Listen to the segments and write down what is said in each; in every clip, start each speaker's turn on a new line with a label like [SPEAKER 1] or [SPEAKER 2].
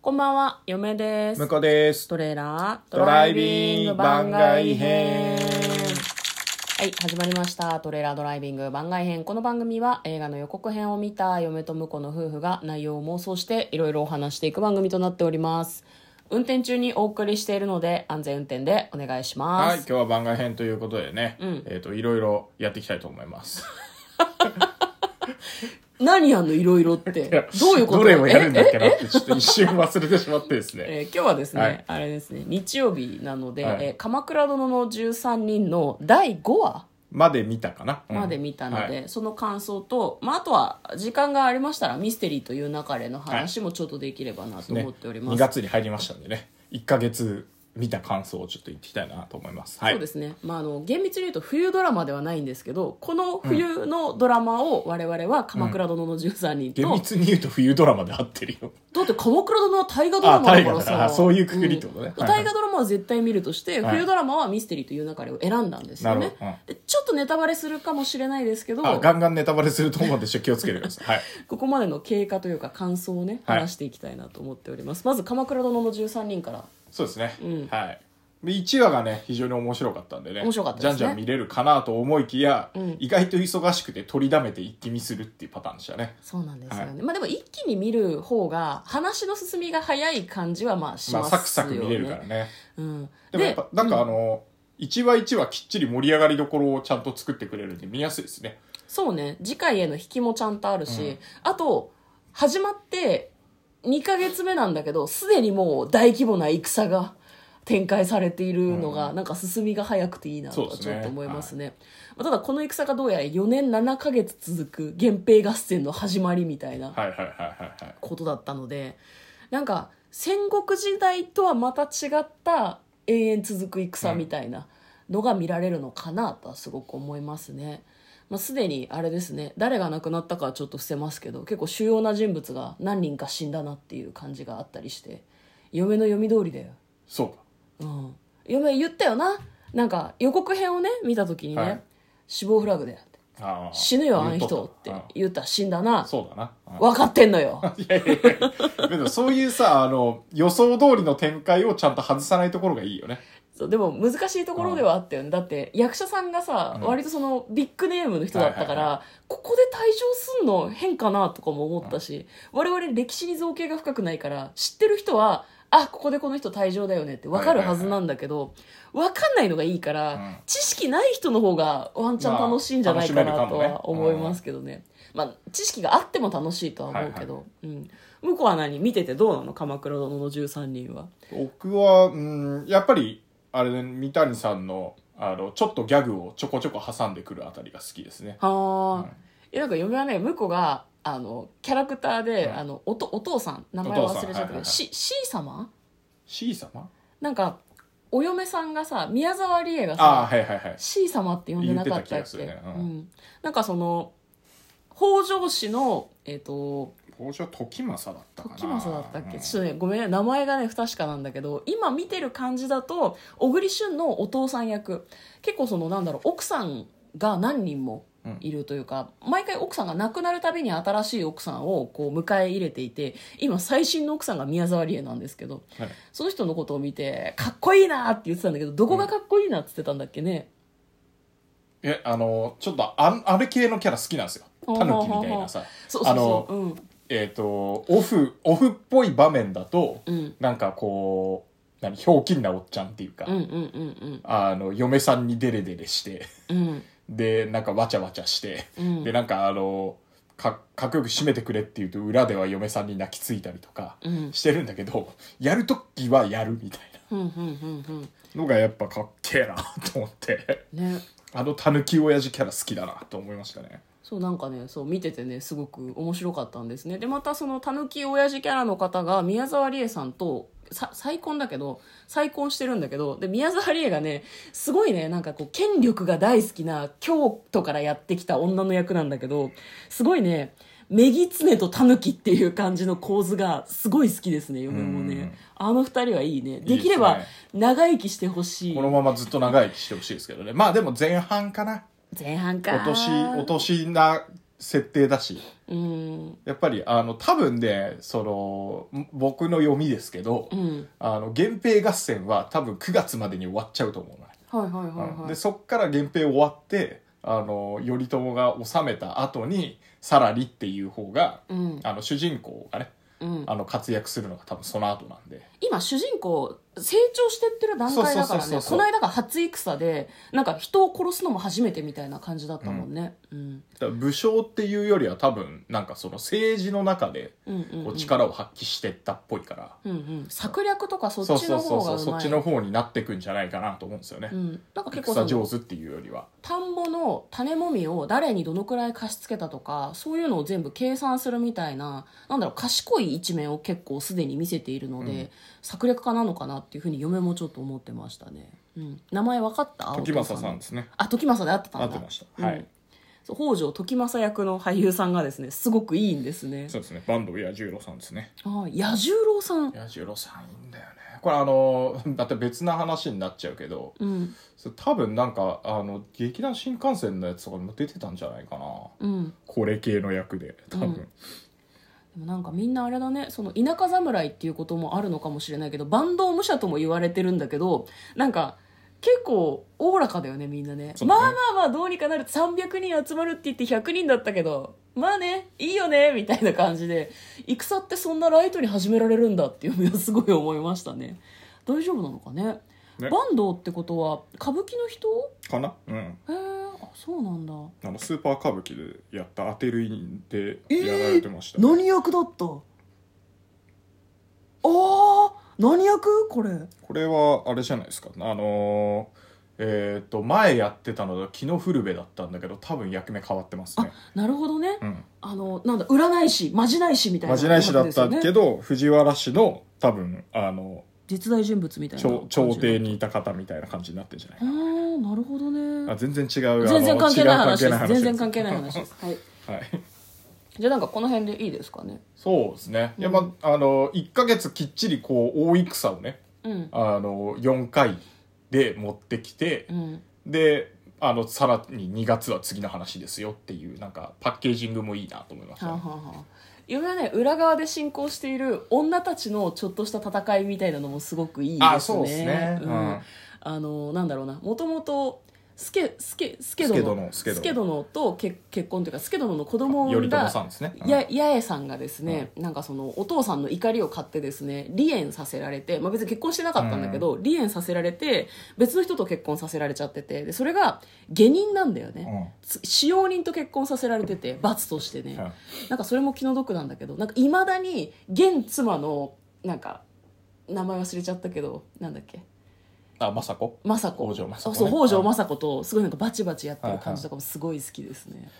[SPEAKER 1] こんばんは、嫁です
[SPEAKER 2] 向。こうです。
[SPEAKER 1] トレーラード
[SPEAKER 2] ドライビング番外編
[SPEAKER 1] はい、始まりました。トレーラードライビング番外編。この番組は映画の予告編を見た嫁と婿の夫婦が内容を妄想していろいろお話していく番組となっております。運転中にお送りしているので安全運転でお願いしま
[SPEAKER 2] はい、
[SPEAKER 1] す
[SPEAKER 2] 今。日は番外編ということでね、えっ、と、いろいろやっていきたいと思います。
[SPEAKER 1] 何やんのいろいろって。どういうこと
[SPEAKER 2] どれをやるんだっけ
[SPEAKER 1] え
[SPEAKER 2] なって、ちょっと一瞬忘れてしまってです
[SPEAKER 1] え
[SPEAKER 2] ね。
[SPEAKER 1] えー今日はですね、
[SPEAKER 2] はい
[SPEAKER 1] あれですね、日曜日なので、
[SPEAKER 2] はい
[SPEAKER 1] えー鎌倉殿の13人の第5話
[SPEAKER 2] まで見たかな、うん
[SPEAKER 1] まで見たので、
[SPEAKER 2] はい
[SPEAKER 1] その感想と、まあ、あとは時間がありましたらミステリーという流れの話もちょっとできればなと
[SPEAKER 2] ね、
[SPEAKER 1] 思っております。
[SPEAKER 2] 2月に入りましたんでね、1ヶ月見た感想をちょっと言っていきたいなと思います。はい。
[SPEAKER 1] そうですね、まあ、あの厳密に言うと冬ドラマではないんですけどこの冬のドラマを我々は「鎌倉殿の13人と」
[SPEAKER 2] 厳密に言うと冬ドラマで合ってるよ。
[SPEAKER 1] だって鎌倉殿は大河ドラマだから
[SPEAKER 2] あ大河だから
[SPEAKER 1] さ
[SPEAKER 2] あそういうくくりってことね
[SPEAKER 1] うん
[SPEAKER 2] はいはい
[SPEAKER 1] 大河ドラマは絶対見るとして、
[SPEAKER 2] はい
[SPEAKER 1] 冬ドラマはミステリーという流れを選んだんですよ
[SPEAKER 2] な
[SPEAKER 1] ね
[SPEAKER 2] るほどうん、
[SPEAKER 1] でちょっとネタバレするかもしれないですけど
[SPEAKER 2] あ、ガンガンネタバレすると思うんで、ちょっと気をつけてください。はい。
[SPEAKER 1] ここまでの経過というか感想をね
[SPEAKER 2] はい
[SPEAKER 1] 話していきたいなと思っております、まず「鎌倉殿の13人」から
[SPEAKER 2] そうですね、
[SPEAKER 1] ん
[SPEAKER 2] はいで1話がね非常に面白かったんでね
[SPEAKER 1] 面白かったですね
[SPEAKER 2] じゃんじゃん見れるかなと思いきや、
[SPEAKER 1] ん
[SPEAKER 2] 意外と忙しくて取りだめて一気見するっていうパターンでしたね
[SPEAKER 1] そうなんですよね、
[SPEAKER 2] は
[SPEAKER 1] まあでも一気に見る方が話の進みが早い感じはまあし
[SPEAKER 2] まあ
[SPEAKER 1] ますよね、
[SPEAKER 2] サクサク見れるからね
[SPEAKER 1] うん、
[SPEAKER 2] でもやっぱなんかあの、一話一話きっちり盛り上がりどころをちゃんと作ってくれるんで見やすいですね
[SPEAKER 1] そうね次回への引きもちゃんとあるし、
[SPEAKER 2] うん
[SPEAKER 1] あと始まって2ヶ月目なんだけどすでにもう大規模な戦が展開されているのが、なんか進みが早くていいなと
[SPEAKER 2] そう
[SPEAKER 1] は
[SPEAKER 2] で
[SPEAKER 1] ち
[SPEAKER 2] すね
[SPEAKER 1] ょっと思いますねまあただこの戦がどうやら4年7ヶ月続く源平合戦の始まりみたいな
[SPEAKER 2] はいはいはいはいはい
[SPEAKER 1] ことだったのでなんか戦国時代とはまた違った永遠続く戦みたいなのが見られるのかなとはすごく思いますね。まあ、すでにあれですね誰が亡くなったかはちょっと伏せますけど結構主要な人物が何人か死んだなっていう感じがあったりして嫁の読み通りだよ、
[SPEAKER 2] そう
[SPEAKER 1] うん、嫁言ったよななんか予告編をね見た時にね、
[SPEAKER 2] はい
[SPEAKER 1] 死亡フラグだよって
[SPEAKER 2] だあー
[SPEAKER 1] 死ぬよあの人って
[SPEAKER 2] 言うとった
[SPEAKER 1] 言ったら死んだな
[SPEAKER 2] あそうだなうん
[SPEAKER 1] 分かってんの よ
[SPEAKER 2] いやいやいやでもそういうさあの予想通りの展開をちゃんと外さないところがいいよね
[SPEAKER 1] そうでも難しいところではあったよね、だって役者さんがさ、
[SPEAKER 2] うん
[SPEAKER 1] 割とそのビッグネームの人だったから、
[SPEAKER 2] はいはいは
[SPEAKER 1] ここで退場すんの変かなとかも思ったし、我々歴史に造形が深くないから知ってる人はあここでこの人退場だよねって分かるはずなんだけど、分かんないのがいいから、
[SPEAKER 2] うん
[SPEAKER 1] 知識ない人の方がワンチャン楽しいんじゃないか
[SPEAKER 2] まあ
[SPEAKER 1] なと
[SPEAKER 2] 楽しめるかもね
[SPEAKER 1] は思いますけどね、まあ、知識があっても楽しいとは思うけど、うん、向こうは何見ててどうなの鎌倉殿の13人は。
[SPEAKER 2] 僕は、うん、やっぱり、あれね、三谷さんの、あの、ちょっとギャグをちょこちょこ挟んでくるあたりが好きですね。
[SPEAKER 1] はあ、
[SPEAKER 2] うん
[SPEAKER 1] えなんか嫁はね向こうがあのキャラクターで、
[SPEAKER 2] うん
[SPEAKER 1] あのおとお父さん名前忘れちゃった
[SPEAKER 2] お父さ
[SPEAKER 1] け
[SPEAKER 2] んはい
[SPEAKER 1] ど、
[SPEAKER 2] はい
[SPEAKER 1] し C 様
[SPEAKER 2] C 様
[SPEAKER 1] なんかお嫁さんがさ宮沢りえが
[SPEAKER 2] ああ、
[SPEAKER 1] さ
[SPEAKER 2] はいはいはい。
[SPEAKER 1] C 様って呼んでなかったっけ
[SPEAKER 2] 言ってた気がするね
[SPEAKER 1] う
[SPEAKER 2] うんん
[SPEAKER 1] なんかその北条氏のえっ、と
[SPEAKER 2] 北条時政だったかな。
[SPEAKER 1] 時政だったっけ、
[SPEAKER 2] うん
[SPEAKER 1] ちょっとねごめんね名前がね不確かなんだけど今見てる感じだと小栗旬のお父さん役結構そのなんだろう奥さんが何人もいるというか、毎回奥さんが亡くなるたびに新しい奥さんをこう迎え入れていて今最新の奥さんが宮沢りえなんですけど
[SPEAKER 2] はい
[SPEAKER 1] その人のことを見てかっこいいなって言ってたんだけどどこがかっこいいなって言ってたんだっけね、
[SPEAKER 2] え、あの、ちょっとあん、あれ系のキャラ好きなんですよ。
[SPEAKER 1] ほう
[SPEAKER 2] タヌキみたいなさ。
[SPEAKER 1] そうそ
[SPEAKER 2] あ
[SPEAKER 1] うそ
[SPEAKER 2] の
[SPEAKER 1] う、うん
[SPEAKER 2] えっ、と、オフ、オフっぽい場面だと、
[SPEAKER 1] うん
[SPEAKER 2] なんかこう、何、ひょうきんなおっちゃんっていうか、
[SPEAKER 1] うんうんうん
[SPEAKER 2] あの、嫁さんにデレデレして、
[SPEAKER 1] うん
[SPEAKER 2] で、なんかわちゃわちゃして、
[SPEAKER 1] うん
[SPEAKER 2] でなんかあのかかっこよく締めてくれって言うと裏では嫁さんに泣きついたりとか
[SPEAKER 1] うん
[SPEAKER 2] してるんだけど、やるときはやるみたい
[SPEAKER 1] うんうんうんうん
[SPEAKER 2] なのがやっぱかっけえなと 思って
[SPEAKER 1] ね
[SPEAKER 2] あのたぬき親父キャラ好きだなと思いましたね
[SPEAKER 1] そうなんかねそう見ててねすごく面白かったんですねでまたそのたぬき親父キャラの方が宮沢りえさんとさ再婚だけど再婚してるんだけどで宮沢りえがねすごいねなんかこう権力が大好きな京都からやってきた女の役なんだけどすごいねメギツネとタヌキっていう感じの構図がすごい好きですね嫁も
[SPEAKER 2] うん
[SPEAKER 1] ねあの二人はいいねで
[SPEAKER 2] い
[SPEAKER 1] きれば
[SPEAKER 2] ですね
[SPEAKER 1] 長生きしてほしい
[SPEAKER 2] このままずっと長生きしてほしいですけどねまあでも前半かな
[SPEAKER 1] 前半か
[SPEAKER 2] お年お年な設定だし、
[SPEAKER 1] うん
[SPEAKER 2] やっぱり、あの、多分ね、その、僕の読みですけど、
[SPEAKER 1] うん
[SPEAKER 2] あの、源平合戦は多分9月までに終わっちゃうと思うのね
[SPEAKER 1] はいはいはいはい
[SPEAKER 2] でそっから源平終わってあの頼朝が治めた後にさらにっていう方が
[SPEAKER 1] うん
[SPEAKER 2] あの主人公がね
[SPEAKER 1] うん
[SPEAKER 2] あの活躍するのが多分その後なんで
[SPEAKER 1] 今主人公成長してってる段階だから
[SPEAKER 2] そうそうそ
[SPEAKER 1] ね
[SPEAKER 2] うそ
[SPEAKER 1] こ
[SPEAKER 2] う
[SPEAKER 1] の間が初戦でなんか人を殺すのも初めてみたいな感じだったもんね、うん
[SPEAKER 2] だから武将っていうよりは多分なんかその政治の中で
[SPEAKER 1] うんうん
[SPEAKER 2] こう力を発揮してったっぽいから、
[SPEAKER 1] うんうん、策略とかそっ
[SPEAKER 2] そう
[SPEAKER 1] ち
[SPEAKER 2] そ
[SPEAKER 1] の
[SPEAKER 2] う
[SPEAKER 1] 方
[SPEAKER 2] そうそ
[SPEAKER 1] が
[SPEAKER 2] う
[SPEAKER 1] う
[SPEAKER 2] そ
[SPEAKER 1] ま
[SPEAKER 2] っ
[SPEAKER 1] い
[SPEAKER 2] ちの方になってくんじゃないかなと思うんですよね、
[SPEAKER 1] うん、なんか結構そ
[SPEAKER 2] 戦
[SPEAKER 1] の
[SPEAKER 2] 上手っていうよりは
[SPEAKER 1] 田んぼの種もみを誰にどのくらい貸し付けたとかそういうのを全部計算するみたいななんだろう賢い一面を結構すでに見せているので、
[SPEAKER 2] うん
[SPEAKER 1] 策略家なのかなっていうふうに嫁もちょっと思ってましたね、うん、名前分かった
[SPEAKER 2] 時政さ
[SPEAKER 1] お父
[SPEAKER 2] んですね
[SPEAKER 1] あ時政で会ってたんだ
[SPEAKER 2] 会ってましたはい
[SPEAKER 1] うんそう北条時政役の俳優さんがですねすごくいいんですね
[SPEAKER 2] そうですね坂東彌十郎さんですね
[SPEAKER 1] ああ彌十郎さん、
[SPEAKER 2] 彌十郎さんいいんだよねこれあのだって別な話になっちゃうけど
[SPEAKER 1] うん
[SPEAKER 2] それ多分なんかあの劇団新幹線のやつとかにも出てたんじゃないかな
[SPEAKER 1] うん、
[SPEAKER 2] これ系の役で多分、
[SPEAKER 1] うんでもなんかみんなあれだねその田舎侍っていうこともあるのかもしれないけど坂東武者とも言われてるんだけどなんか結構おおらかだよねみんなね
[SPEAKER 2] そう
[SPEAKER 1] ま
[SPEAKER 2] だ
[SPEAKER 1] あ
[SPEAKER 2] ね
[SPEAKER 1] まあまあどうにかなる300人集まるって言って100人だったけどまあねいいよねみたいな感じで戦ってそんなライトに始められるんだっていうのはすごい思いましたね大丈夫なのかね
[SPEAKER 2] ね
[SPEAKER 1] 坂東ってことは歌舞伎の人
[SPEAKER 2] かなうん
[SPEAKER 1] へえあそうなんだ
[SPEAKER 2] あのスーパー歌舞伎でやったアテルインで
[SPEAKER 1] えー
[SPEAKER 2] やられてました、
[SPEAKER 1] 何役だったああ何役これ
[SPEAKER 2] これはあれじゃないですかあのーえっ、と前やってたのが木の古部だったんだけど多分役目変わってますね
[SPEAKER 1] なるほどね
[SPEAKER 2] うん
[SPEAKER 1] あのなんだ占い師まじない師みたいな
[SPEAKER 2] まじない師だった
[SPEAKER 1] 役です
[SPEAKER 2] け
[SPEAKER 1] よね
[SPEAKER 2] ど、藤原氏の多分あの
[SPEAKER 1] 実在人物みたいな
[SPEAKER 2] 朝朝廷にいた方みたいな感じになってるんじゃない
[SPEAKER 1] あ
[SPEAKER 2] か
[SPEAKER 1] あ
[SPEAKER 2] な
[SPEAKER 1] ーなるほど
[SPEAKER 2] あ
[SPEAKER 1] ね
[SPEAKER 2] 全然違う
[SPEAKER 1] 全然関係ない話です全然関係ない
[SPEAKER 2] 話
[SPEAKER 1] 話です はい
[SPEAKER 2] すはい
[SPEAKER 1] じゃあなんかこの辺でいいですかね
[SPEAKER 2] そうですね。いや、
[SPEAKER 1] うん
[SPEAKER 2] まあ、あの、1ヶ月きっちりこう、大戦をね、
[SPEAKER 1] うん
[SPEAKER 2] あの、4回で持ってきて
[SPEAKER 1] う、ん
[SPEAKER 2] で、あの、さらに2月は次の話ですよっていう、なんか、パッケージングもいいなと思いました
[SPEAKER 1] はあ、
[SPEAKER 2] ね、
[SPEAKER 1] はあはあ、嫁はね裏側で進行している女たちのちょっとした戦いみたいなのもすごくいいですね
[SPEAKER 2] あそうですね
[SPEAKER 1] う
[SPEAKER 2] うんん
[SPEAKER 1] あのなんだろうなもともとスケスケスケ
[SPEAKER 2] スケ
[SPEAKER 1] 殿
[SPEAKER 2] 殿スケ殿
[SPEAKER 1] と結結婚というかスケ殿の子供を産
[SPEAKER 2] 頼
[SPEAKER 1] ん
[SPEAKER 2] 朝
[SPEAKER 1] だ
[SPEAKER 2] さんですね。うん
[SPEAKER 1] や八重さんがですね、なんかそのお父さんの怒りを買ってですね離縁させられて、まあ、別に結婚してなかったんだけど、離縁させられて別の人と結婚させられちゃっててでそれが下人なんだよね、つ使用人と結婚させられてて罰としてね、
[SPEAKER 2] うんはい
[SPEAKER 1] なんかそれも気の毒なんだけどなんかいまだに現妻のなんか名前忘れちゃったけどなんだっけ
[SPEAKER 2] あ、まさこ
[SPEAKER 1] 政子
[SPEAKER 2] 北条政子ね
[SPEAKER 1] あそう北条政子とすごいなんかバチバチやってる感じとかもすごい好きですね、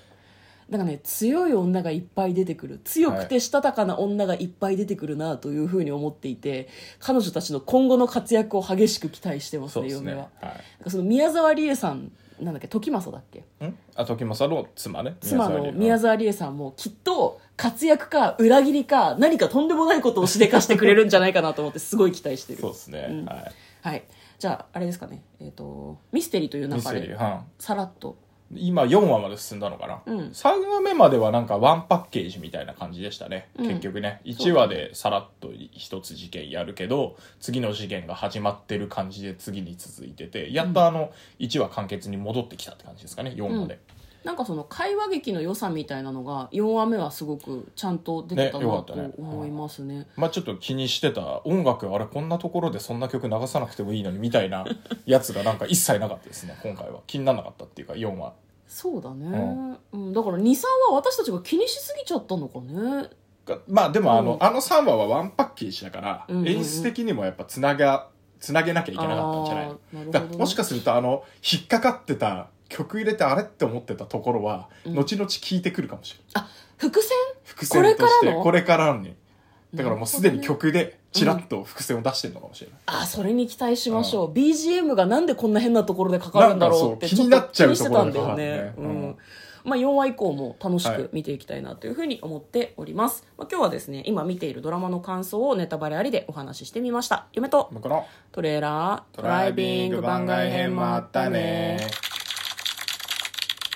[SPEAKER 1] なんかね強い女がいっぱい出てくる強くてしたたかな女がいっぱい出てくるなというふうに思っていて彼女たちの今後の活躍を激しく期待してます
[SPEAKER 2] そう
[SPEAKER 1] ね
[SPEAKER 2] ですね。
[SPEAKER 1] 嫁は
[SPEAKER 2] は
[SPEAKER 1] なんかその宮沢りえさんなんだっけ時政だっけ
[SPEAKER 2] い。んあ、時政の妻ね。
[SPEAKER 1] 妻の宮
[SPEAKER 2] 宮沢りえ
[SPEAKER 1] 沢りえさんもきっと活躍か裏切りか何かとんでもないことをしでかしてくれるんじゃないかなと思ってすごい期待して
[SPEAKER 2] うん
[SPEAKER 1] る
[SPEAKER 2] そうですね。
[SPEAKER 1] うん
[SPEAKER 2] はい。
[SPEAKER 1] はいじゃああれですかねえっ、とミステリーという
[SPEAKER 2] ミ
[SPEAKER 1] 中
[SPEAKER 2] ステリー、
[SPEAKER 1] で
[SPEAKER 2] は
[SPEAKER 1] さらっと
[SPEAKER 2] い今4話まで進んだのかな、
[SPEAKER 1] うん
[SPEAKER 2] 3話目まではなんかワンパッケージみたいな感じでしたね、
[SPEAKER 1] うん
[SPEAKER 2] 結局ね
[SPEAKER 1] そう
[SPEAKER 2] 1話でさらっと一つ事件やるけど次の事件が始まってる感じで次に続いててやっとあの1話完結に戻ってきたって感じですかね4話で、
[SPEAKER 1] なんかその会話劇の良さみたいなのが4話目はすごくちゃんと出てたな
[SPEAKER 2] ねよかっ
[SPEAKER 1] と
[SPEAKER 2] たね
[SPEAKER 1] 思いますね
[SPEAKER 2] まあちょっと気にしてた音楽あれこんなところでそんな曲流さなくてもいいのにみたいなやつがなんか一切なかったですね今回は気にならなかったっていうか4話
[SPEAKER 1] そうだね、うん、だから23話私たちが気にしすぎちゃったのかね
[SPEAKER 2] がまあでもあの、
[SPEAKER 1] うん
[SPEAKER 2] あの3話はワンパッケージだから、
[SPEAKER 1] うんうんうん
[SPEAKER 2] 演出的にもやっぱつながつなげなきゃいけなかったんじゃないの
[SPEAKER 1] あーなるほ
[SPEAKER 2] だ
[SPEAKER 1] ど
[SPEAKER 2] から
[SPEAKER 1] ね、
[SPEAKER 2] もしかするとあの引っかかってた曲入れてあれって思ってたところは、
[SPEAKER 1] うん
[SPEAKER 2] 後々聞いてくるかもしれない
[SPEAKER 1] 伏線
[SPEAKER 2] 伏線とし
[SPEAKER 1] これから
[SPEAKER 2] て
[SPEAKER 1] の
[SPEAKER 2] これからにだからもうすでに
[SPEAKER 1] なるほ
[SPEAKER 2] 曲でチラッと伏線を出してるのかもしれない、
[SPEAKER 1] あそれに期待しましょう、BGM がなんでこんな変なところでかかるんだろうって
[SPEAKER 2] なんかそう気になっちゃう
[SPEAKER 1] ちょっと気にしてたんだよね、う
[SPEAKER 2] ところが
[SPEAKER 1] ん
[SPEAKER 2] ねうん
[SPEAKER 1] まあ、4話以降も楽し
[SPEAKER 2] は
[SPEAKER 1] く
[SPEAKER 2] い
[SPEAKER 1] 見ていきたいなというふうに思っております、まあ、今日はですね今見ているドラマの感想をネタバレありでお話ししてみました嫁と
[SPEAKER 2] 僕の
[SPEAKER 1] トレーラード
[SPEAKER 2] ドライビング番外編もあったね